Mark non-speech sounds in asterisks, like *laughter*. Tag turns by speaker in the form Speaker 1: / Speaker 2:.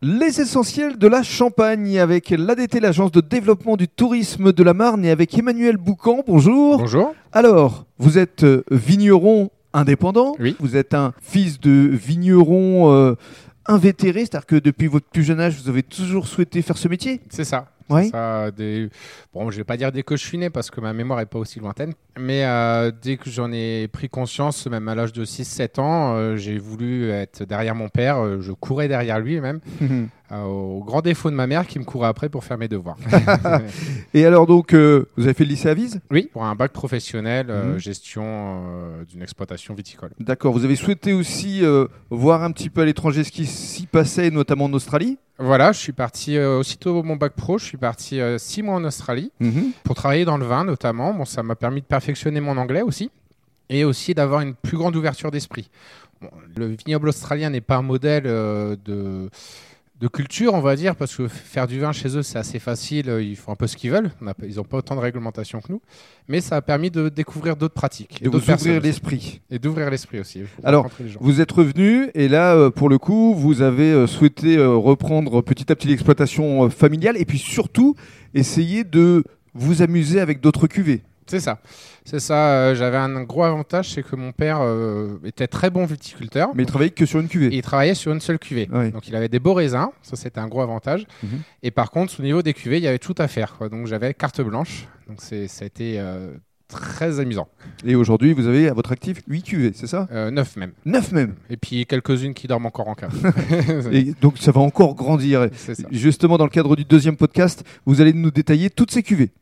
Speaker 1: Les essentiels de la Champagne avec l'ADT, l'agence de développement du tourisme de la Marne, et avec Emmanuel Boucan. Bonjour.
Speaker 2: Bonjour.
Speaker 1: Alors, vous êtes euh, vigneron indépendant.
Speaker 2: Oui.
Speaker 1: Vous êtes un fils de vigneron euh, invétéré, c'est-à-dire que depuis votre plus jeune âge, vous avez toujours souhaité faire ce métier.
Speaker 2: C'est ça.
Speaker 1: Oui.
Speaker 2: Ça, des... Bon, je vais pas dire dès que je suis né parce que ma mémoire est pas aussi lointaine, mais euh, dès que j'en ai pris conscience, même à l'âge de 6-7 ans, euh, j'ai voulu être derrière mon père. euh, je courais derrière lui même, *laughs* euh, au grand défaut de ma mère qui me courait après pour faire
Speaker 1: *laughs*
Speaker 2: mes devoirs.
Speaker 1: et alors donc, euh, vous avez fait le lycée à Vise
Speaker 2: oui. Pour un bac professionnel, euh,
Speaker 1: Mhm.
Speaker 2: gestion euh, d'une exploitation viticole.
Speaker 1: D'accord. Vous avez souhaité aussi euh, voir un petit peu à l'étranger ce qui s'y passait, notamment en Australie.
Speaker 2: Voilà, je suis parti euh, aussitôt mon bac pro. Je suis parti 6 mois en Australie. pour travailler dans le vin notamment. Bon, ça m'a permis de perfectionner mon anglais aussi et aussi d'avoir une plus grande ouverture d'esprit. Bon, le vignoble australien n'est pas un modèle euh, de, de culture, on va dire, parce que faire du vin chez eux, c'est assez facile. euh, Ils font un peu ce qu'ils veulent. On a pas- ils n'ont pas autant de réglementation que nous. Mais ça a permis de découvrir d'autres pratiques et
Speaker 1: De
Speaker 2: d'autres
Speaker 1: vous ouvrir
Speaker 2: personnes
Speaker 1: l'esprit.
Speaker 2: aussi. Et d'ouvrir l'esprit aussi. pour
Speaker 1: Alors,
Speaker 2: rencontrer les gens.
Speaker 1: Vous êtes revenu et là, euh, pour le coup, vous avez euh, souhaité euh, reprendre petit à petit l'exploitation euh, familiale et puis surtout essayer de vous amuser avec d'autres cuvées.
Speaker 2: C'est ça. C'est ça. euh, J'avais un gros avantage, c'est que mon père euh, était très bon viticulteur.
Speaker 1: Mais travailler que sur une
Speaker 2: Et
Speaker 1: cuvée.
Speaker 2: il travaillait sur une seule cuvée.
Speaker 1: Ouais.
Speaker 2: Donc il avait des beaux raisins, ça c'était un gros avantage.
Speaker 1: Mhm.
Speaker 2: Et par contre, au niveau des cuvées, il y avait tout à faire. quoi. Donc j'avais carte blanche. Donc c'est- ça a été euh, très amusant.
Speaker 1: Et aujourd'hui, vous avez à votre actif 8 cuvées, c'est ça
Speaker 2: Euh, neuf même.
Speaker 1: 9 même.
Speaker 2: Et puis quelques-unes qui dorment encore
Speaker 1: *laughs*
Speaker 2: en cave.
Speaker 1: Et donc ça va encore grandir.
Speaker 2: C'est ça.
Speaker 1: Justement, dans le cadre du deuxième podcast, vous allez nous détailler toutes ces cuvées.